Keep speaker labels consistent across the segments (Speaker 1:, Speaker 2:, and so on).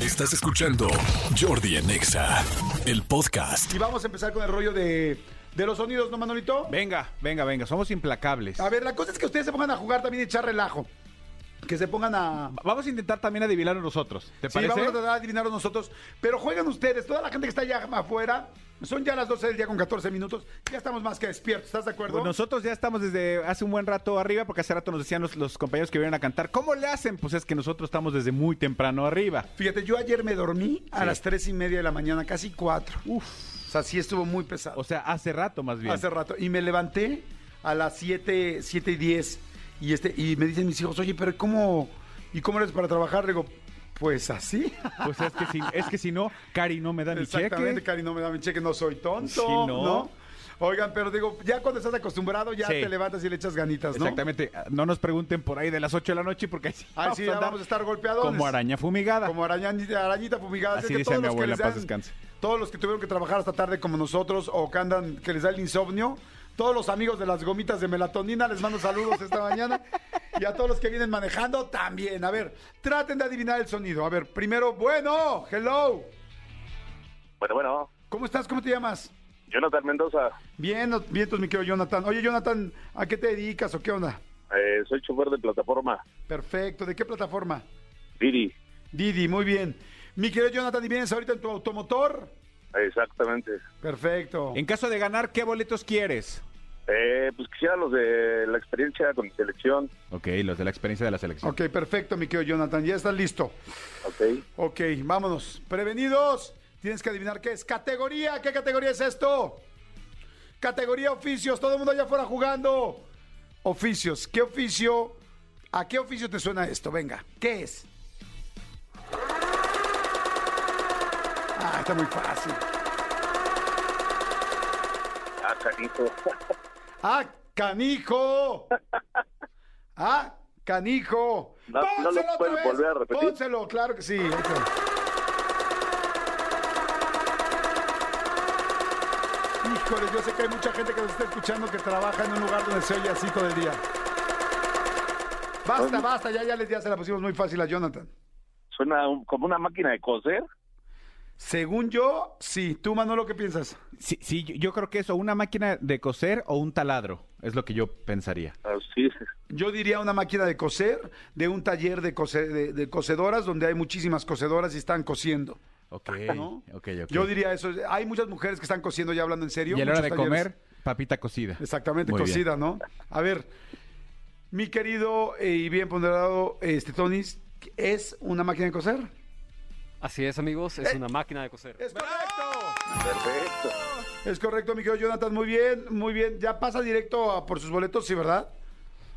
Speaker 1: Estás escuchando Jordi en Exa, el podcast.
Speaker 2: Y vamos a empezar con el rollo de, de los sonidos, ¿no, Manolito?
Speaker 3: Venga, venga, venga, somos implacables.
Speaker 2: A ver, la cosa es que ustedes se pongan a jugar también y echar relajo. Que se pongan a...
Speaker 3: Vamos a intentar también adivinar nosotros. ¿Te
Speaker 2: Sí,
Speaker 3: parece?
Speaker 2: vamos a tratar de adivinar nosotros. Pero juegan ustedes, toda la gente que está allá afuera. Son ya las 12 del día con 14 minutos. Ya estamos más que despiertos, ¿estás de acuerdo?
Speaker 3: Pues nosotros ya estamos desde hace un buen rato arriba, porque hace rato nos decían los, los compañeros que vinieron a cantar, ¿cómo le hacen? Pues es que nosotros estamos desde muy temprano arriba.
Speaker 2: Fíjate, yo ayer me dormí a las 3 y media de la mañana, casi 4.
Speaker 3: Uf,
Speaker 2: O sea, sí estuvo muy pesado.
Speaker 3: o sea, hace rato más bien.
Speaker 2: hace rato. Y me levanté a las 7, 7 y 10. Y, este, y me dicen mis hijos, oye, pero ¿cómo, ¿y cómo eres para trabajar? Le digo, pues así.
Speaker 3: Pues es que si, es que si no, Cari no me da mi
Speaker 2: Exactamente,
Speaker 3: cheque.
Speaker 2: Cari, no me da mi cheque, no soy tonto.
Speaker 3: Sí, ¿no?
Speaker 2: Oigan, pero digo, ya cuando estás acostumbrado, ya
Speaker 3: Sí.
Speaker 2: te levantas y le echas ganitas, ¿no?
Speaker 3: Exactamente. No nos pregunten por ahí de las 8 de la noche, porque ahí sí,
Speaker 2: Ahí sí, ya
Speaker 3: andar
Speaker 2: vamos a estar golpeados.
Speaker 3: como araña fumigada.
Speaker 2: Como arañita, arañita fumigada.
Speaker 3: Así
Speaker 2: Es que
Speaker 3: decía
Speaker 2: todos
Speaker 3: mi
Speaker 2: los que
Speaker 3: abuela,
Speaker 2: les
Speaker 3: paz
Speaker 2: dan-
Speaker 3: descanse.
Speaker 2: Todos los que tuvieron que trabajar hasta tarde como nosotros o que andan, que les da el insomnio. Todos los amigos de las gomitas de melatonina, les mando saludos esta mañana. Y a todos los que vienen manejando también. A ver, traten de adivinar el sonido. A ver, primero, bueno, hello.
Speaker 4: Bueno, bueno,
Speaker 2: ¿Cómo estás? ¿Cómo te llamas?
Speaker 4: Jonathan Mendoza,
Speaker 2: Bien, no- bien, tus mi querido Jonathan. Oye, Jonathan, ¿a qué te dedicas o qué onda?
Speaker 4: eh, soy chofer de plataforma,
Speaker 2: Perfecto, ¿de qué plataforma?
Speaker 4: Didi,
Speaker 2: Didi, muy bien. Mi querido Jonathan, ¿y vienes ahorita en tu automotor?
Speaker 4: exactamente.
Speaker 2: Perfecto.
Speaker 3: En caso de ganar, ¿qué boletos quieres?
Speaker 4: Eh, pues quisiera los de la experiencia con mi selección,
Speaker 3: Ok, los de la experiencia de la selección.
Speaker 2: Ok, perfecto, mi querido Jonathan, ya estás listo.
Speaker 4: ¿ok?
Speaker 2: Ok, vámonos. Prevenidos, tienes que adivinar qué es. Categoría, ¿qué categoría es esto? Categoría oficios, todo el mundo allá afuera jugando. Oficios, ¿qué oficio? ¿A qué oficio te suena esto? Venga, ¿qué es? Ah, está muy fácil.
Speaker 4: Ah, canijo.
Speaker 2: ¡Ah, canijo! ¡Ah, canijo!
Speaker 4: No, no lo
Speaker 2: otra
Speaker 4: puedes
Speaker 2: vez!
Speaker 4: volver a repetir.
Speaker 2: Pónselo, claro que sí. ahí está. Híjole, yo sé que hay mucha gente que nos está escuchando que trabaja en un lugar donde se oye así todo el día. Basta, basta, ya, ya les ya se la pusimos muy fácil a Jonathan.
Speaker 4: Suena un- como una máquina de coser.
Speaker 2: Según yo, sí. Tú, Manolo, ¿qué piensas?
Speaker 3: Sí, sí, yo- yo creo que eso, una máquina de coser o un taladro, es lo que yo pensaría.
Speaker 4: Así es.
Speaker 2: Yo diría una máquina de coser, de un taller de, cose- de- de cosedoras, donde hay muchísimas cosedoras y están cosiendo.
Speaker 3: Ok,
Speaker 2: Ah, ¿no?
Speaker 3: ok, ok.
Speaker 2: Yo diría eso. Hay muchas mujeres que están cosiendo ya hablando en serio.
Speaker 3: y a la hora de
Speaker 2: muchos talleres.
Speaker 3: comer, papita cocida.
Speaker 2: Exactamente,
Speaker 3: Muy bien.
Speaker 2: cocida, ¿no? A ver, mi querido eh, y bien ponderado este, Tonis, ¿es una máquina de coser?
Speaker 5: Así es, amigos, es una máquina de coser.
Speaker 2: ¡Es correcto!
Speaker 4: Perfecto.
Speaker 2: Es correcto, mi querido Jonathan. Muy bien, muy bien. Ya pasa directo a por sus boletos, ¿sí, verdad?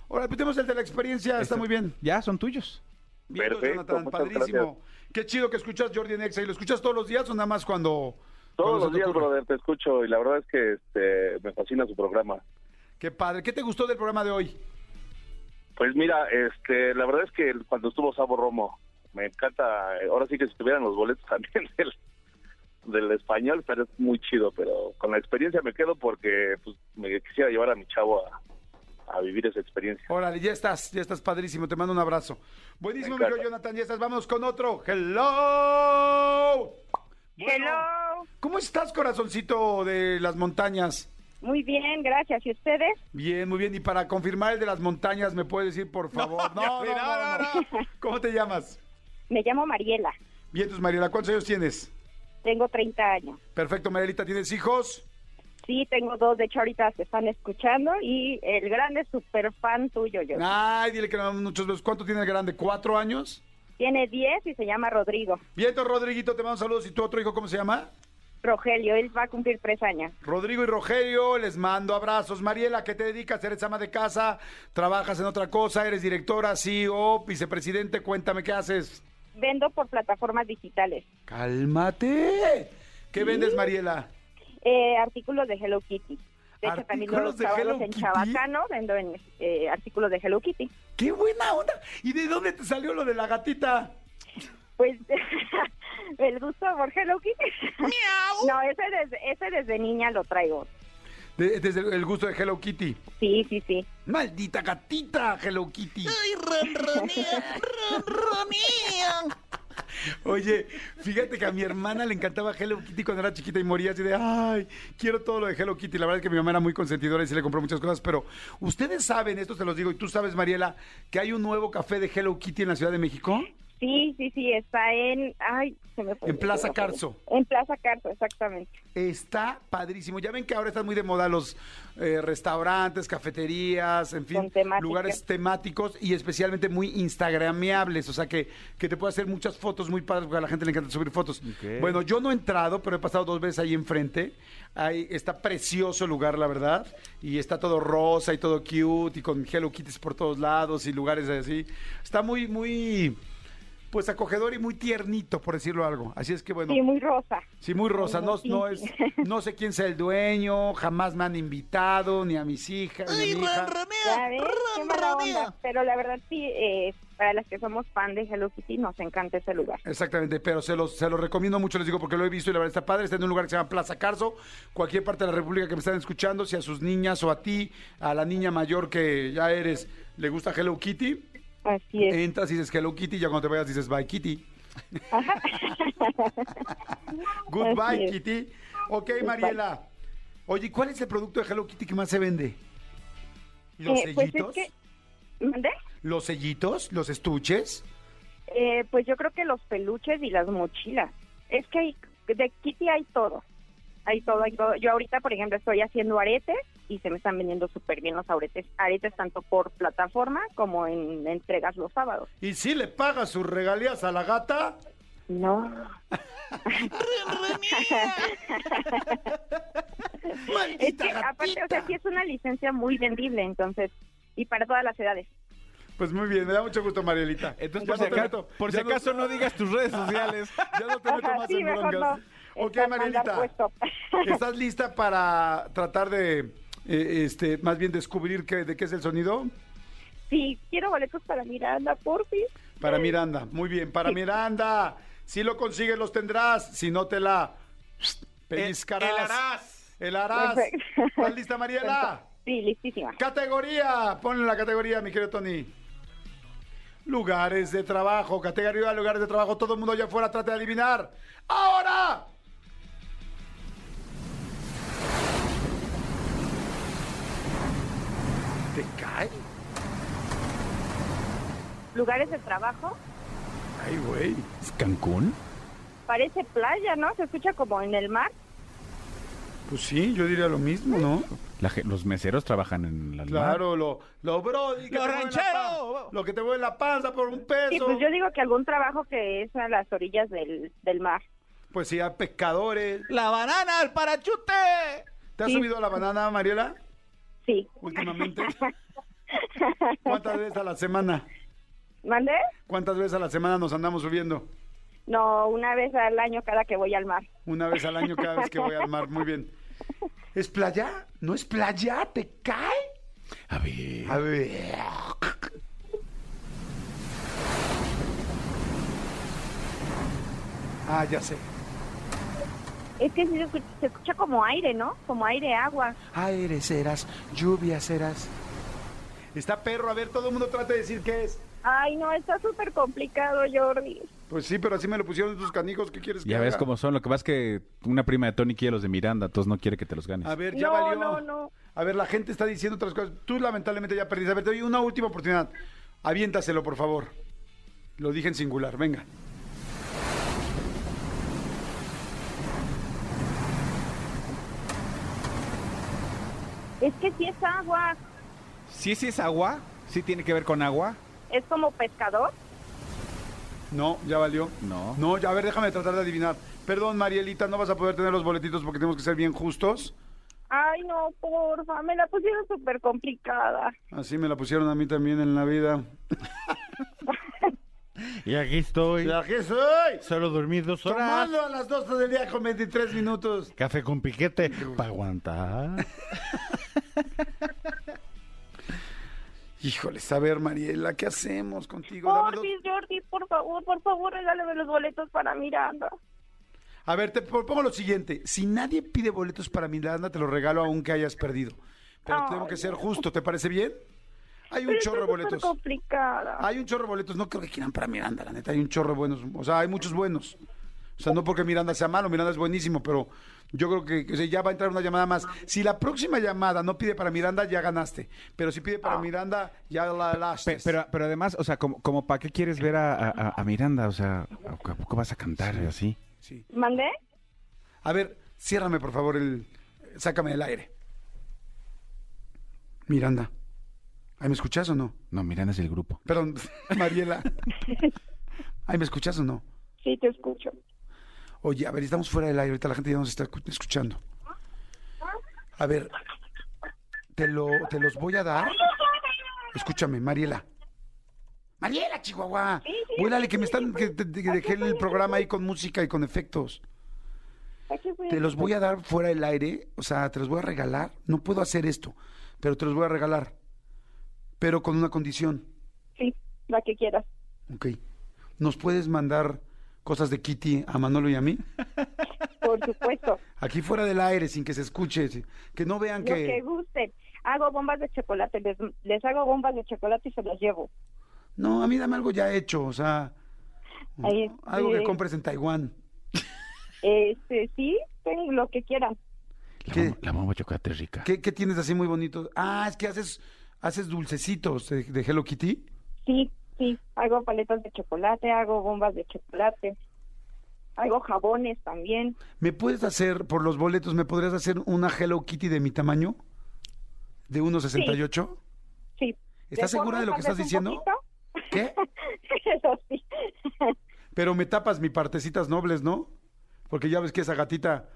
Speaker 2: Ahora, tenemos el de la experiencia,
Speaker 3: Este,
Speaker 2: está muy bien.
Speaker 3: Ya, son tuyos.
Speaker 2: Bien,
Speaker 4: Perfecto,
Speaker 2: Jonathan,
Speaker 4: muchas
Speaker 2: padrísimo. Qué chido que escuchas Jordi en Exa. ¿Y lo escuchas todos los días o nada más cuando... cuando
Speaker 4: Todos
Speaker 2: se
Speaker 4: los
Speaker 2: te
Speaker 4: días,
Speaker 2: ocurre?
Speaker 4: brother, te escucho y la verdad es que este, me fascina su programa.
Speaker 2: Qué padre. ¿Qué te gustó del programa de hoy?
Speaker 4: Pues mira, este, la verdad es que cuando estuvo Sabo Romo, me encanta. eh, Ahora sí que si tuvieran los boletos también del, del español, pero es muy chido. Pero con la experiencia me quedo porque pues, me quisiera llevar a mi chavo a, a vivir esa experiencia.
Speaker 2: Órale, ya estás, ya estás padrísimo. Te mando un abrazo. Buenísimo,
Speaker 4: Me
Speaker 2: amigo
Speaker 4: encanta.
Speaker 2: Jonathan, ya estás. Vámonos con otro. Hello.
Speaker 6: Hello.
Speaker 2: ¿Cómo estás, corazoncito de las montañas?
Speaker 6: Muy bien, gracias. ¿Y ustedes?
Speaker 2: Bien, muy bien. Y para confirmar el de las montañas, ¿me puedes decir, por favor? No, no, no, no. ¿Cómo te llamas?
Speaker 6: Me llamo Mariela.
Speaker 2: Bien, tus Mariela, ¿cuántos años tienes?
Speaker 6: Tengo 30 años.
Speaker 2: Perfecto, Marielita, ¿tienes hijos?
Speaker 6: Sí, tengo dos. De hecho, ahorita se están escuchando. Y el grande super fan tuyo, yo.
Speaker 2: Ay, dile que no muchos besos. ¿Cuánto tiene el grande? ¿Cuatro años?
Speaker 6: Tiene 10 y se llama Rodrigo.
Speaker 2: Bien, entonces, Rodriguito, te mando saludos. ¿Y tu otro hijo cómo se llama?
Speaker 6: Rogelio, él va a cumplir 3 años.
Speaker 2: Rodrigo y Rogelio, les mando abrazos. Mariela, ¿qué te dedicas? ¿Eres ama de casa? ¿Trabajas en otra cosa? ¿Eres directora, CEO, vicepresidente? Cuéntame, ¿qué haces?
Speaker 6: Vendo por plataformas digitales.
Speaker 2: ¡Cálmate! ¿Qué vendes, Mariela?
Speaker 6: Eh, artículos de Hello Kitty. De hecho, también
Speaker 2: ¿Artículos
Speaker 6: los
Speaker 2: de
Speaker 6: sábados
Speaker 2: Hello
Speaker 6: en
Speaker 2: Kitty?
Speaker 6: Chabacano vendo en, eh, artículos de Hello Kitty.
Speaker 2: ¡Qué buena onda! ¿Y de dónde te salió lo de la gatita?
Speaker 6: Pues el gusto por Hello Kitty. No, ese desde, ese desde niña lo traigo.
Speaker 2: De- desde el gusto de Hello Kitty.
Speaker 6: Sí, sí, sí.
Speaker 2: ¡Maldita gatita, Hello Kitty!
Speaker 7: ¡Ay, ronronea! ¡Ronronea!
Speaker 2: Oye, fíjate que a mi hermana le encantaba Hello Kitty cuando era chiquita y moría así de, ay, quiero todo lo de Hello Kitty. La verdad es que mi mamá era muy consentidora y se le compró muchas cosas, pero ustedes saben, esto se los digo, y tú sabes, Mariela, que hay un nuevo café de Hello Kitty en la Ciudad de México.
Speaker 6: Sí, sí, sí, está en... Ay, se me fue.
Speaker 2: En Plaza Carso.
Speaker 6: En Plaza Carso, exactamente.
Speaker 2: Está padrísimo. Ya ven que ahora están muy de moda los eh, restaurantes, cafeterías, en fin,
Speaker 6: Con temática.
Speaker 2: lugares temáticos y especialmente muy instagrameables. O sea, que, que te puede hacer muchas fotos muy padres porque a la gente le encanta subir fotos.
Speaker 3: Ok.
Speaker 2: Bueno, yo no he entrado, pero he pasado dos veces ahí enfrente. Ahí está precioso el lugar, la verdad. Y está todo rosa y todo cute y con Hello Kitties por todos lados y lugares así. Está muy, muy... Pues acogedor y muy tiernito, por decirlo algo. Así es que bueno.
Speaker 6: Sí, muy rosa.
Speaker 2: Sí, muy rosa, no,
Speaker 6: Muy
Speaker 2: no es,
Speaker 6: pinky.
Speaker 2: no sé quién sea el dueño, jamás me han invitado, ni a mis hijas, ni a mi hija.
Speaker 6: Ya ves, qué mala onda. Pero la verdad sí, eh, para las que somos fan de Hello Kitty, nos encanta ese lugar.
Speaker 2: Exactamente, pero se los, se los recomiendo mucho, les digo, porque lo he visto y la verdad está padre. Está en un lugar que se llama Plaza Carso. Cualquier parte de la República que me están escuchando, si a sus niñas o a ti, a la niña mayor que ya eres, le gusta Hello Kitty,
Speaker 6: Así es.
Speaker 2: entras y dices Hello Kitty, y ya cuando te vayas dices Bye Kitty.
Speaker 6: Ajá. Así
Speaker 2: Goodbye
Speaker 6: es.
Speaker 2: Kitty. Ok, Mariela. Oye, ¿cuál es el producto de Hello Kitty que más se vende? ¿Los
Speaker 6: Eh, pues es
Speaker 2: sellitos?
Speaker 6: que- ¿Mandé?
Speaker 2: ¿Los sellitos? ¿Los estuches?
Speaker 6: Eh, pues yo creo que los peluches y las mochilas. Es que hay- de Kitty hay todo. Hay todo, hay todo. Yo ahorita, por ejemplo, estoy haciendo aretes y se me están vendiendo súper bien los aretes. Aretes tanto por plataforma como en entregas los sábados.
Speaker 2: ¿Y si le paga sus regalías a la gata?
Speaker 6: No. Es que, aparte, o sea, sí es una licencia muy vendible, entonces, y para todas las edades.
Speaker 2: Pues muy bien, me da mucho gusto, Marielita.
Speaker 3: Entonces,
Speaker 2: Ya
Speaker 3: por si,
Speaker 2: no te
Speaker 3: aca-
Speaker 2: meto-
Speaker 3: por si
Speaker 2: ya no-
Speaker 3: acaso no digas tus redes sociales.
Speaker 2: Ya no te meto
Speaker 6: Ajá,
Speaker 2: más
Speaker 6: sí,
Speaker 2: en
Speaker 6: mejor
Speaker 2: broncas.
Speaker 6: no.
Speaker 2: Ok,
Speaker 6: Estás mal
Speaker 2: Marielita.
Speaker 6: puesto.
Speaker 2: ¿Estás lista para tratar de, eh, este, más bien descubrir qué- de qué es el sonido?
Speaker 6: Sí, quiero boletos para Miranda, por fin.
Speaker 2: Para Miranda, muy bien, para Miranda. Si lo consigues, los tendrás. Si no, te la pellizcarás.
Speaker 3: El- el harás.
Speaker 2: El harás.
Speaker 6: Perfecto.
Speaker 2: ¿Estás lista, Mariela?
Speaker 6: Sí, listísima.
Speaker 2: Categoría, ponle la categoría, mi querido Tony. Lugares de trabajo, categoría de lugares de trabajo. Todo el mundo allá afuera trata de adivinar. ¡Ahora! ¿Te cae?
Speaker 6: Lugares de trabajo,
Speaker 2: Ay, güey.
Speaker 3: ¿Es Cancún?
Speaker 6: parece playa, ¿no? Se escucha como en el mar.
Speaker 2: Pues sí, yo diría lo mismo, ¿no?
Speaker 3: La ge- los meseros trabajan en la
Speaker 2: Claro, lo, lo brody. que
Speaker 3: Lo
Speaker 2: te mueven la
Speaker 3: ranchero.
Speaker 2: pan- Lo que te mueve la panza por un peso.
Speaker 6: Sí, pues yo digo que algún trabajo que es a las orillas del, del mar.
Speaker 2: Pues sí, hay pescadores.
Speaker 3: ¡La banana al parachute!
Speaker 2: ¿Te has
Speaker 6: Sí.
Speaker 2: subido a la banana, Mariela?
Speaker 6: Sí.
Speaker 2: últimamente? ¿Cuántas veces a la semana?
Speaker 6: ¿Mandé?
Speaker 2: ¿Cuántas veces a la semana nos andamos subiendo?
Speaker 6: No, una vez al año cada que voy al mar.
Speaker 2: Una vez al año cada vez que voy al mar. Muy bien. ¿Es playa? ¿No es playa? ¿Te cae?
Speaker 3: A ver.
Speaker 2: A ver. Ah, ya sé.
Speaker 6: Es que sí se escucha, se escucha como aire, ¿no? Como aire, agua.
Speaker 2: Aires eras, lluvias eras. Está perro, a ver, todo el mundo trata de decir qué es.
Speaker 6: Ay, no, está súper complicado, Jordi.
Speaker 2: Pues sí, pero así me lo pusieron tus canijos, ¿qué quieres que
Speaker 3: Ya ves
Speaker 2: haga?
Speaker 3: cómo son. Lo que pasa es que una prima de Tony quiere los de Miranda, entonces no quiere que te los ganes.
Speaker 2: A ver, ya
Speaker 6: no,
Speaker 2: valió.
Speaker 6: no, no.
Speaker 2: A ver, la gente está diciendo otras cosas. Tú lamentablemente ya perdiste. A ver, te doy una última oportunidad. Aviéntaselo, por favor. Lo dije en singular, venga.
Speaker 6: Es que sí es agua.
Speaker 3: Sí, sí es agua. Sí tiene que ver con agua.
Speaker 6: Es como pescador.
Speaker 2: No, ya valió.
Speaker 3: No.
Speaker 2: No, ya, a ver, déjame tratar de adivinar. Perdón, Marielita, no vas a poder tener los boletitos porque tenemos que ser bien justos.
Speaker 6: Ay, no, porfa, me la pusieron súper complicada.
Speaker 2: Así me la pusieron a mí también en la vida.
Speaker 7: Y aquí estoy.
Speaker 2: Y aquí soy.
Speaker 7: Solo dormí dos horas.
Speaker 2: Tomando a las 12 del día con 23 minutos.
Speaker 7: Café con piquete. Para aguantar.
Speaker 2: Híjoles, a ver, Mariela, ¿qué hacemos contigo? Dame dos-
Speaker 6: Porfis, Jordi, por favor, por favor, regálame los boletos para Miranda.
Speaker 2: A ver, te propongo lo siguiente. Si nadie pide boletos para Miranda, te los regalo aunque hayas perdido. Pero
Speaker 6: Ay.
Speaker 2: tengo que ser justo, ¿te parece bien? Hay un
Speaker 6: Pero
Speaker 2: chorro de
Speaker 6: está súper
Speaker 2: boletos.
Speaker 6: complicada.
Speaker 2: Hay un chorro de boletos. No creo que quieran para Miranda, la neta. Hay un chorro de buenos. O sea, hay muchos buenos. O sea, no porque Miranda sea malo, Miranda es buenísimo, pero yo creo que o sea, ya va a entrar una llamada más. Si la próxima llamada no pide para Miranda, ya ganaste. Pero si pide para Miranda, ya la
Speaker 3: Ah. Pe-
Speaker 2: lastes.
Speaker 3: pero, pero además, o sea, como, como para qué quieres ver a, a- a- a Miranda, o sea, ¿a a poco vas a cantar así?
Speaker 2: Sí.
Speaker 6: ¿Mandé?
Speaker 2: A ver, ciérrame por favor el. Sácame del aire. Miranda. ¿Ahí me escuchas o no?
Speaker 3: No, Miranda es el grupo.
Speaker 2: Perdón, Mariela. ¿Ahí me escuchas o no?
Speaker 6: Sí, te escucho.
Speaker 2: Oye, a ver, estamos fuera del aire, ahorita la gente ya nos está escu- escuchando. A ver, te, lo, te los voy a dar. Escúchame, Mariela. Mariela, Chihuahua. Vuélale, que me están, que, te- que dejé el programa ahí con música y con efectos.
Speaker 6: Aquí voy a-
Speaker 2: Te los voy a dar fuera del aire, o sea, te los voy a regalar. No puedo hacer esto, pero te los voy a regalar. Pero con una condición,
Speaker 6: Sí, la que quieras.
Speaker 2: ¿ok? ¿Nos puedes mandar cosas de Kitty a Manolo y a mí?
Speaker 6: Por supuesto.
Speaker 2: Aquí fuera del aire, sin que se escuche, sí. que no vean
Speaker 6: Lo que
Speaker 2: que...
Speaker 6: gusten. Hago bombas de chocolate. Les, les hago bombas de chocolate y se las llevo.
Speaker 2: No, a mí dame algo ya hecho, o sea,
Speaker 6: Ahí,
Speaker 2: algo
Speaker 6: sí.
Speaker 2: que compres en Taiwán.
Speaker 6: Este, sí, ten- lo que quieran.
Speaker 7: La,
Speaker 2: ¿Qué?
Speaker 7: bomba, la bomba de chocolate es rica.
Speaker 2: ¿Qué, qué tienes así muy bonito? Ah, es que haces haces dulcecitos de, de Hello Kitty.
Speaker 6: Sí, sí. Hago paletas de chocolate, hago bombas de chocolate. Hago jabones también.
Speaker 2: ¿Me puedes hacer, por los boletos, me podrías hacer una Hello Kitty de mi tamaño? ¿De 1,68?
Speaker 6: Sí.
Speaker 2: ¿Estás
Speaker 6: forma,
Speaker 2: segura de lo
Speaker 6: tal
Speaker 2: que estás
Speaker 6: vez un
Speaker 2: diciendo?
Speaker 6: poquito.
Speaker 2: ¿Qué?
Speaker 6: Eso sí.
Speaker 2: Pero me tapas mis partecitas nobles, ¿no? Porque ya ves que esa gatita,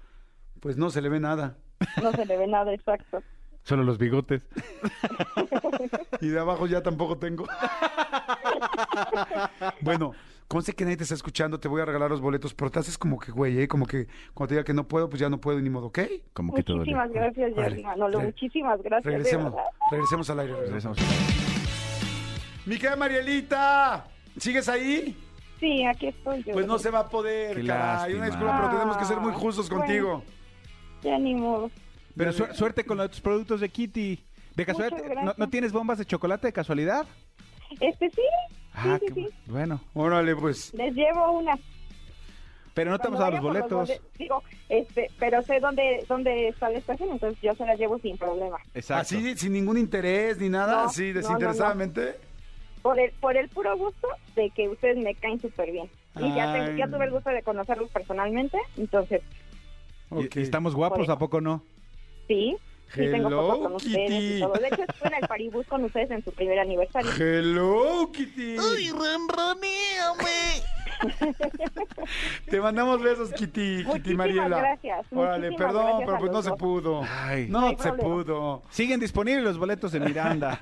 Speaker 2: pues no se le ve nada.
Speaker 6: No se le ve nada exacto.
Speaker 7: Solo los bigotes.
Speaker 2: Y de abajo ya tampoco tengo. bueno, sé que nadie te está escuchando, te voy a regalar los boletos, pero te haces como que, güey, ¿eh? como que cuando te diga que no puedo, pues ya no puedo y ni modo, ¿ok?
Speaker 3: Como que te dolió.
Speaker 6: Muchísimas gracias,
Speaker 2: Vale.
Speaker 6: Jordi Manolo.
Speaker 2: Re-
Speaker 6: Muchísimas gracias. de
Speaker 2: Regresemos,
Speaker 6: verdad.
Speaker 2: regresemos al aire.
Speaker 3: Regresamos.
Speaker 2: Mi querida Marielita, ¿sigues ahí?
Speaker 6: Sí, aquí estoy yo.
Speaker 2: Pues no se va a poder,
Speaker 3: Qué
Speaker 2: caray. Una
Speaker 3: lástima.
Speaker 2: disculpa, pero tenemos que ser muy
Speaker 6: Ah,
Speaker 2: justos
Speaker 6: bueno.
Speaker 2: contigo.
Speaker 6: Ya ni modo.
Speaker 3: Pero suer- suerte con los productos de Kitty. De casualidad,
Speaker 6: Muchas
Speaker 3: ¿no- ¿no,
Speaker 6: gracias.
Speaker 3: tienes bombas de chocolate de casualidad?
Speaker 6: Este sí.
Speaker 3: Ah,
Speaker 6: sí,
Speaker 3: qué
Speaker 6: sí,
Speaker 3: bu- bueno.
Speaker 2: Órale, pues.
Speaker 6: Les llevo una.
Speaker 3: Pero no te vamos a dar los
Speaker 6: Cuando vaya por
Speaker 3: boletos.
Speaker 6: bole- digo, este, pero sé dónde, dónde está la estación, entonces yo se la llevo sin problema.
Speaker 7: ¿Ah,
Speaker 3: Exacto.
Speaker 2: Así, sin ningún interés ni nada,
Speaker 6: No,
Speaker 2: así,
Speaker 6: no, no, no.
Speaker 2: desinteresadamente.
Speaker 6: Por el, por el puro gusto de que ustedes me caen súper bien. Y ya, tengo-
Speaker 2: Ay.
Speaker 6: ya tuve el gusto de conocerlos personalmente, entonces
Speaker 3: Y- y
Speaker 2: Ok.
Speaker 3: estamos guapos, ¿a poco no?
Speaker 6: sí. Sí, tengo
Speaker 2: Hello,
Speaker 6: fotos con ustedes
Speaker 2: Kitty.
Speaker 6: y todo. De hecho, estuve en el Paribus con ustedes en su primer aniversario.
Speaker 2: Hello, Kitty. Te mandamos besos, Kitty, Kitty
Speaker 6: Muchísimas
Speaker 2: Mariela.
Speaker 6: gracias,
Speaker 2: Órale,
Speaker 6: muchísimas
Speaker 2: perdón,
Speaker 6: gracias
Speaker 2: pero
Speaker 6: a
Speaker 2: pues no
Speaker 6: los
Speaker 2: se
Speaker 6: dos.
Speaker 2: pudo.
Speaker 3: Ay.
Speaker 2: no
Speaker 6: No hay
Speaker 2: se
Speaker 6: problema.
Speaker 2: pudo.
Speaker 3: Siguen disponibles los boletos de Miranda.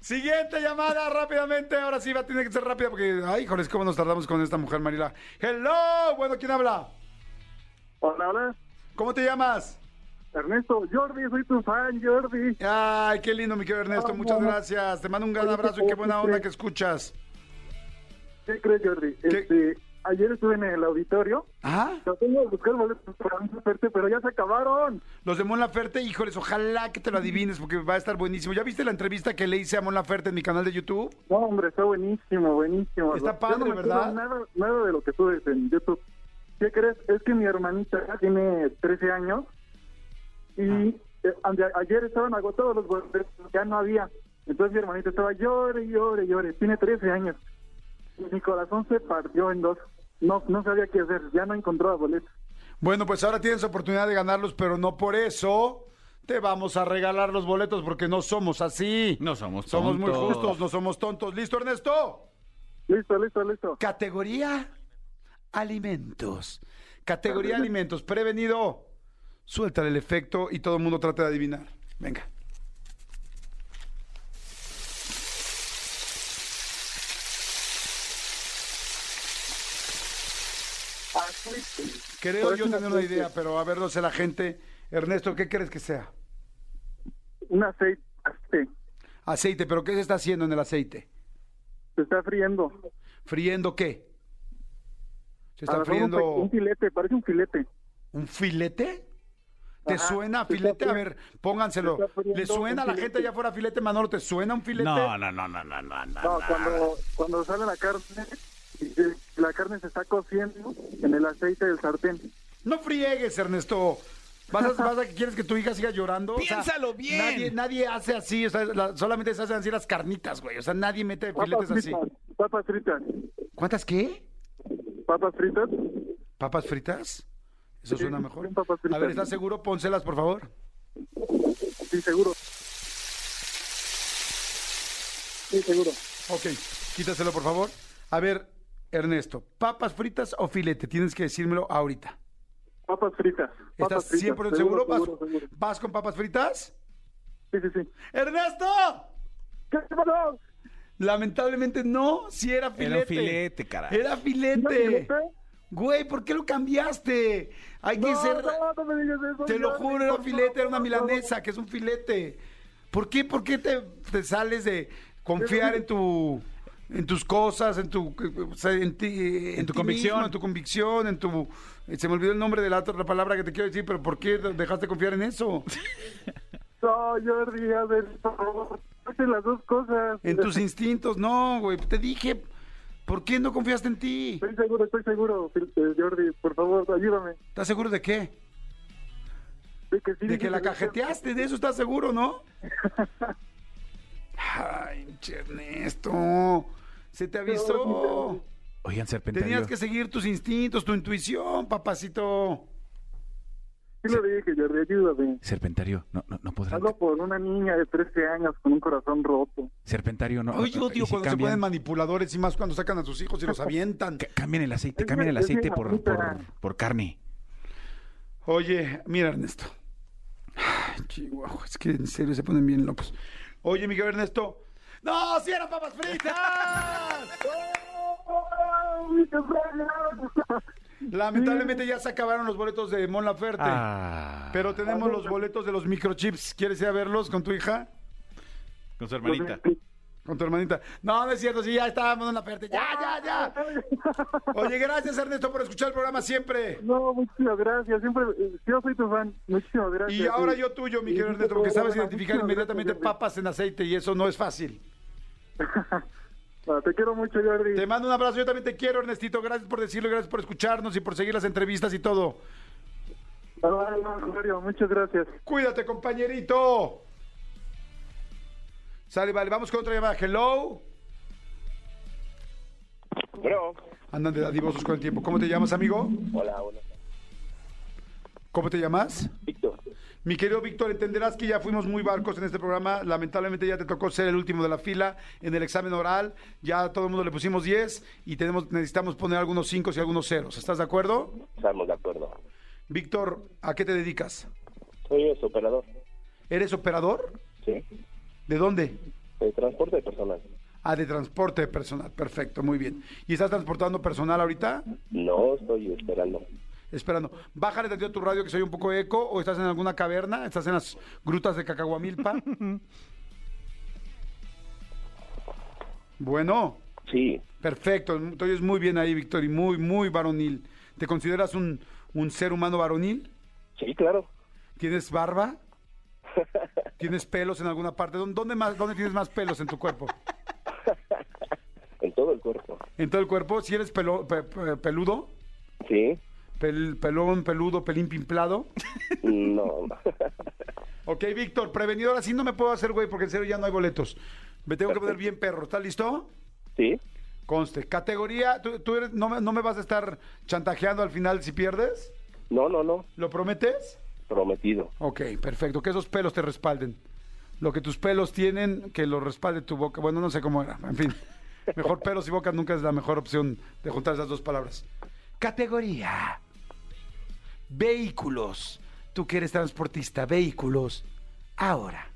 Speaker 2: Siguiente llamada rápidamente. Ahora sí va a tener que ser rápida porque, ay, joder, cómo nos tardamos con esta mujer, Mariela. Hello, bueno, ¿quién habla?
Speaker 4: Hola, hola.
Speaker 2: ¿Cómo te llamas?
Speaker 4: Ernesto, Jordi, soy tu fan, Jordi.
Speaker 2: Ay, qué lindo, mi querido Ernesto. Muchas gracias. Te mando un gran abrazo y qué buena onda que escuchas.
Speaker 4: ¿Qué crees, Jordi? Este, ayer estuve en el auditorio.
Speaker 2: ¿Ah?
Speaker 4: Tratando de buscar boletos para mi suerte, pero ya se acabaron.
Speaker 2: Los de Mon Laferte, híjoles, ojalá que te lo adivines porque va a estar buenísimo. ¿Ya viste la entrevista que le hice a Mon Laferte en mi canal de YouTube?
Speaker 4: No, hombre, está buenísimo, buenísimo.
Speaker 2: Está
Speaker 4: Yo
Speaker 2: padre,
Speaker 4: no me acuerdo
Speaker 2: ¿verdad?
Speaker 4: Nada, nada de lo que subes en YouTube. ¿Qué crees? Es que mi hermanita tiene 13 años y
Speaker 2: Ah.
Speaker 4: eh, ande- ayer estaban agotados los boletos, ya no había. Entonces mi hermanita estaba llore, llore, llore. Tiene 13 años. Y mi corazón se partió en dos. No, no sabía qué hacer, ya no encontraba boletos.
Speaker 2: Bueno, pues ahora tienes oportunidad de ganarlos, pero no por eso te vamos a regalar los boletos porque no somos así.
Speaker 3: No somos
Speaker 2: Somos muy
Speaker 3: tontos.
Speaker 2: justos, no somos tontos. ¿Listo, Ernesto?
Speaker 4: Listo, listo, listo.
Speaker 2: Categoría alimentos. Categoría alimentos. Prevenido. Suéltale el efecto y todo el mundo trata de adivinar. Venga. Creo yo tener una idea, pero a ver, no sé la gente. Ernesto, ¿qué crees que sea?
Speaker 4: Un aceite este,
Speaker 2: Aceite, pero ¿qué se está haciendo en el aceite?
Speaker 4: se está friendo.
Speaker 2: ¿Friendo qué? Se está
Speaker 4: Agarró un pe-
Speaker 2: friendo
Speaker 4: Un filete, parece un filete.
Speaker 2: un filete. ¿Te
Speaker 4: Ajá.
Speaker 2: suena a filete? A ver, pónganselo.
Speaker 4: Está poniendo
Speaker 2: ¿Le suena a la
Speaker 4: un
Speaker 2: gente
Speaker 4: filete.
Speaker 2: allá afuera filete, Manolo? ¿Te suena un filete?
Speaker 3: No, no, no, no, no, no, no.
Speaker 8: No, cuando, cuando sale la carne, eh, la carne se está cociendo en el aceite del sartén.
Speaker 2: No friegues, Ernesto. ¿Vas a, vas a que quieres que tu hija siga llorando? O sea,
Speaker 3: Piénsalo bien.
Speaker 2: Nadie, nadie hace así, o sea, la- solamente se hacen así las carnitas, güey. O sea, nadie mete
Speaker 8: Papas
Speaker 2: filetes así.
Speaker 8: fritas, papas fritas,
Speaker 2: ¿Cuántas qué?
Speaker 8: papas fritas.
Speaker 2: ¿Papas fritas? Eso
Speaker 8: Sí,
Speaker 2: suena mejor.
Speaker 8: son papas
Speaker 2: A ver,
Speaker 8: fritas.
Speaker 2: ¿estás seguro? Pónselas, por favor.
Speaker 8: Sí, seguro. Sí, seguro.
Speaker 2: Ok, quítaselo, por favor. A ver, Ernesto, ¿papas fritas o filete? Tienes que decírmelo ahorita.
Speaker 8: Papas fritas.
Speaker 2: ¿Estás
Speaker 8: papas fritas,
Speaker 2: 100% seguro?
Speaker 8: seguro,
Speaker 2: ¿Vas,
Speaker 8: seguro, seguro.
Speaker 2: vas con papas fritas?
Speaker 8: Sí, sí, sí.
Speaker 2: ¡Ernesto!
Speaker 8: ¿Qué pasó?
Speaker 2: Lamentablemente no, si era filete.
Speaker 3: Era un filete, caray.
Speaker 2: Era filete.
Speaker 8: ¿No filete?
Speaker 2: Güey, ¿por qué lo cambiaste? Hay que
Speaker 8: No,
Speaker 2: ser.
Speaker 8: no, no me digas eso.
Speaker 2: te lo
Speaker 8: ya,
Speaker 2: juro, era
Speaker 8: no,
Speaker 2: un filete, era una
Speaker 8: no,
Speaker 2: milanesa, que es un filete. ¿Por qué, por qué te, te sales de confiar en tu. En tus cosas, en tu, o sea, en ti- eh, en
Speaker 3: tu
Speaker 2: ti
Speaker 3: convicción.
Speaker 2: mismo, en tu convicción, en tu, eh, se me olvidó el nombre de la otra palabra que te quiero decir, pero ¿por qué dejaste confiar en eso?
Speaker 8: No, no, Jordi, a ver, por favor, haces las dos cosas.
Speaker 2: En tus instintos, no, güey. Te dije, ¿por qué no confiaste en ti?
Speaker 8: Estoy seguro, estoy seguro, eh, Jordi, por favor, ayúdame.
Speaker 2: ¿Estás seguro de qué?
Speaker 8: De que, sí,
Speaker 2: De que
Speaker 8: sí,
Speaker 2: la
Speaker 8: sí,
Speaker 2: cajeteaste, de eso estás seguro, ¿no? Ay, pinche Ernesto. Se te avisó.
Speaker 7: Oigan, serpentería.
Speaker 2: Tenías que seguir tus instintos, tu intuición, papacito.
Speaker 8: Sí lo dije, Jordi, ayúdame.
Speaker 7: Serpentario, no, no, no podrán.
Speaker 8: Algo por una niña de 13 años con un corazón roto.
Speaker 7: Serpentario, no.
Speaker 2: Ay, yo
Speaker 7: no,
Speaker 2: odio
Speaker 7: y si
Speaker 2: cuando se
Speaker 7: cambian-
Speaker 2: ponen manipuladores y más cuando sacan a sus hijos y los avientan.
Speaker 7: ca- Cambian el aceite,
Speaker 8: Es
Speaker 7: cambian el
Speaker 8: mi- es mi
Speaker 7: aceite por,
Speaker 8: mamita.
Speaker 7: por, por carne.
Speaker 2: Oye, mira, Ernesto. Ay, Chihuahua, es que en serio se ponen bien locos. Oye, Miguel Ernesto. ¡No, si eran papas fritas! Lamentablemente ya se acabaron los boletos de Mon Laferte.
Speaker 7: Ah.
Speaker 2: Pero tenemos los boletos de los microchips. ¿Quieres ir a verlos con tu hija?
Speaker 3: Con su hermanita.
Speaker 2: Con tu hermanita. No, no es cierto, sí, ya estábamos en la oferta. Ya, ya, ya. Oye, gracias Ernesto por escuchar el programa siempre.
Speaker 8: No, muchísimas gracias. Siempre, eh, yo soy tu fan. Muchísimas gracias.
Speaker 2: Y ahora
Speaker 8: Sí.
Speaker 2: yo tuyo, mi
Speaker 8: Sí,
Speaker 2: querido
Speaker 8: sí,
Speaker 2: Ernesto,
Speaker 8: sí,
Speaker 2: porque
Speaker 8: sí,
Speaker 2: sabes
Speaker 8: sí,
Speaker 2: identificar
Speaker 8: muchísimas
Speaker 2: inmediatamente
Speaker 8: gracias,
Speaker 2: papas en aceite y eso no es fácil.
Speaker 8: Jordi. Ah, Te quiero mucho, Jordi.
Speaker 2: Te mando un abrazo, yo también te quiero, Ernestito. Gracias por decirlo, gracias por escucharnos y por seguir las entrevistas y todo.
Speaker 8: Ah, no, en serio, muchas gracias.
Speaker 2: Cuídate, compañerito. Sale, vale, vamos con otra llamada. Hello.
Speaker 4: Bro.
Speaker 2: Andan de dadivosos con el tiempo. ¿Cómo te llamas, amigo?
Speaker 4: Hola, buenas.
Speaker 2: ¿Cómo te llamas?
Speaker 4: Víctor.
Speaker 2: Mi querido Víctor, entenderás que ya fuimos muy barcos en este programa. Lamentablemente ya te tocó ser el último de la fila en el examen oral. Ya a todo el mundo le pusimos 10 y tenemos, necesitamos poner algunos 5 y algunos ceros. ¿Estás de acuerdo?
Speaker 4: Estamos de acuerdo.
Speaker 2: Víctor, ¿a qué te dedicas?
Speaker 4: Soy el operador.
Speaker 2: ¿Eres operador?
Speaker 4: Sí.
Speaker 2: ¿De dónde?
Speaker 4: De transporte de personas.
Speaker 2: Ah, de transporte de personal. Perfecto, muy bien. ¿Y estás transportando personal ahorita?
Speaker 4: No estoy esperando.
Speaker 2: Esperando. Bájale tantito tu radio que soy un poco eco o estás en alguna caverna, estás en las grutas de Cacahuamilpa. bueno,
Speaker 4: Sí.
Speaker 2: perfecto. Te oyes muy bien ahí, Víctor, y muy, muy varonil. ¿Te consideras un, un ser humano varonil?
Speaker 4: Sí, claro.
Speaker 2: ¿Tienes barba? ¿Tienes pelos en alguna parte? ¿Dó- ¿Dónde, más, ¿Dónde tienes más pelos en tu cuerpo?
Speaker 4: En todo el cuerpo.
Speaker 2: ¿En todo el cuerpo? ¿Si eres pelo- pe- pe- peludo?
Speaker 4: Sí.
Speaker 2: Pel- pelón, peludo, pelín pimplado.
Speaker 4: No.
Speaker 2: Ok, Víctor, prevenido, ahora sí no me puedo hacer, güey, porque en serio ya no hay boletos. Me tengo que poner bien perro. ¿Estás listo?
Speaker 4: Sí.
Speaker 2: Conste. Categoría, tú, tú eres- no, me- no me vas a estar chantajeando al final si pierdes.
Speaker 4: No, no, no.
Speaker 2: ¿Lo prometes?
Speaker 4: Prometido.
Speaker 2: Ok, perfecto. Que esos pelos te respalden. Lo que tus pelos tienen, que lo respalde tu boca. Bueno, no sé cómo era. En fin. Mejor pelos y boca nunca es la mejor opción de juntar esas dos palabras. Categoría. Vehículos. Tú que eres transportista, vehículos. Ahora.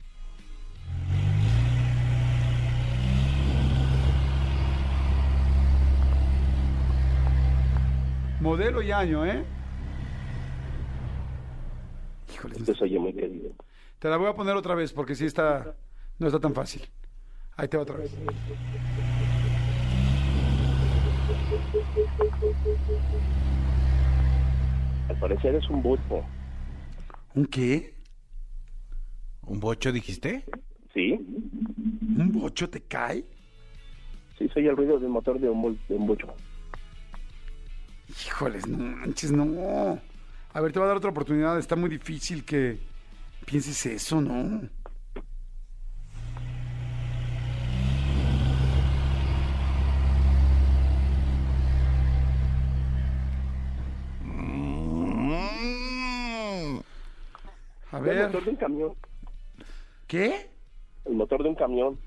Speaker 2: Modelo y año, ¿eh? Híjole,
Speaker 4: Esto soy yo muy querido.
Speaker 2: te la voy a poner otra vez porque sí está. No está tan fácil. Ahí te va otra vez.
Speaker 4: Al parecer es un bulbo.
Speaker 9: ¿Un qué?
Speaker 7: ¿Un bocho dijiste?
Speaker 10: Sí,
Speaker 9: ¿Un bocho te cae?
Speaker 10: sí, soy el ruido del motor de un, bol- de un bocho.
Speaker 9: Híjoles, no manches, no.
Speaker 2: A ver, te voy a dar otra oportunidad. Está muy difícil que pienses eso, ¿no? A
Speaker 10: El
Speaker 2: ver,
Speaker 10: motor de un camión.
Speaker 2: ¿qué?
Speaker 10: El motor de un camión.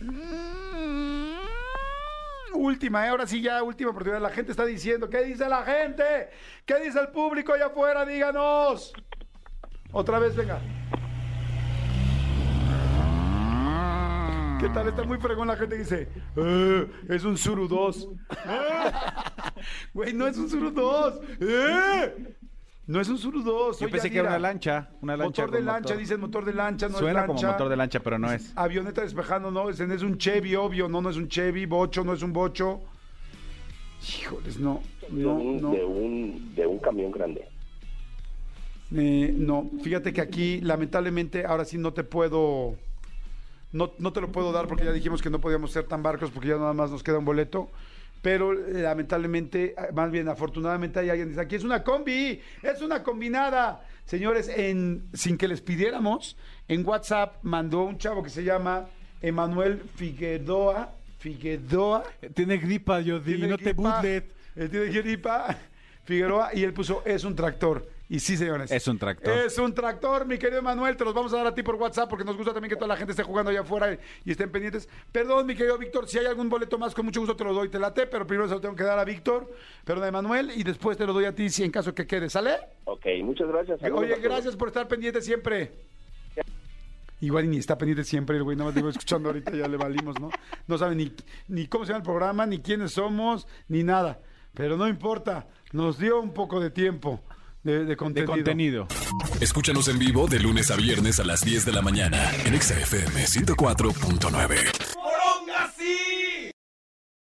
Speaker 2: Mm, Última, ¿eh? ahora sí ya, última oportunidad. La gente está diciendo, ¿qué dice la gente? ¿Qué dice el público allá afuera? Díganos. Otra vez, venga. ¿Qué tal? Está muy fregón la gente que dice, "Eh, es un Zuru 2. Eh, Güey, no es un Zuru 2. Eh, No es un Zuru 2.
Speaker 3: Yo
Speaker 2: soy
Speaker 3: pensé que era
Speaker 2: Yadira.
Speaker 3: una lancha. Una lancha
Speaker 2: Motor de
Speaker 3: con
Speaker 2: lancha, dicen motor de lancha, no
Speaker 3: Suena
Speaker 2: es lancha.
Speaker 3: como motor de lancha, pero no es.
Speaker 2: Avioneta despejando, no, ese es un Chevy, obvio, no, no es un Chevy, bocho, no es un bocho. Híjoles, no,
Speaker 10: De,
Speaker 2: no,
Speaker 10: un,
Speaker 2: no.
Speaker 10: de, un, de un camión grande.
Speaker 2: Eh, no, fíjate que aquí, lamentablemente, ahora sí no te puedo. No, no te lo puedo dar porque ya dijimos que no podíamos ser tan barcos porque ya nada más nos queda un boleto. Pero eh, lamentablemente, eh, más bien afortunadamente hay alguien que dice, aquí es una combi, es una combinada. Señores, en, sin que les pidiéramos, en WhatsApp mandó un chavo que se llama Emanuel Figuedoa. Figuedoa.
Speaker 3: Tiene gripa, yo
Speaker 2: Tiene gripa, eh, Tiene gripa. Figueroa y él puso, es un tractor. Y sí, señores.
Speaker 3: Es un tractor.
Speaker 2: Es un tractor, mi querido Manuel. Te los vamos a dar a ti por WhatsApp porque nos gusta también que toda la gente esté jugando allá afuera y, y estén pendientes. Perdón, mi querido Víctor, si hay algún boleto más, con mucho gusto te lo doy. Te late, pero primero se lo tengo que dar a Víctor, perdón, a Manuel, y después te lo doy a ti si en caso que quede. ¿Sale?
Speaker 10: Ok, muchas gracias.
Speaker 2: Oye,
Speaker 10: Saludos a todos.
Speaker 2: gracias por estar pendiente siempre. Igual y ni está pendiente siempre, el güey, nada más digo escuchando ahorita, ya le valimos, ¿no? No sabe ni, ni cómo se llama el programa, ni quiénes somos, ni nada. Pero no importa, nos dio un poco de tiempo de, de
Speaker 3: De
Speaker 2: contenido.
Speaker 3: contenido.
Speaker 1: Escúchanos en vivo de lunes a viernes a las 10 de la mañana en Exa FM 104.9.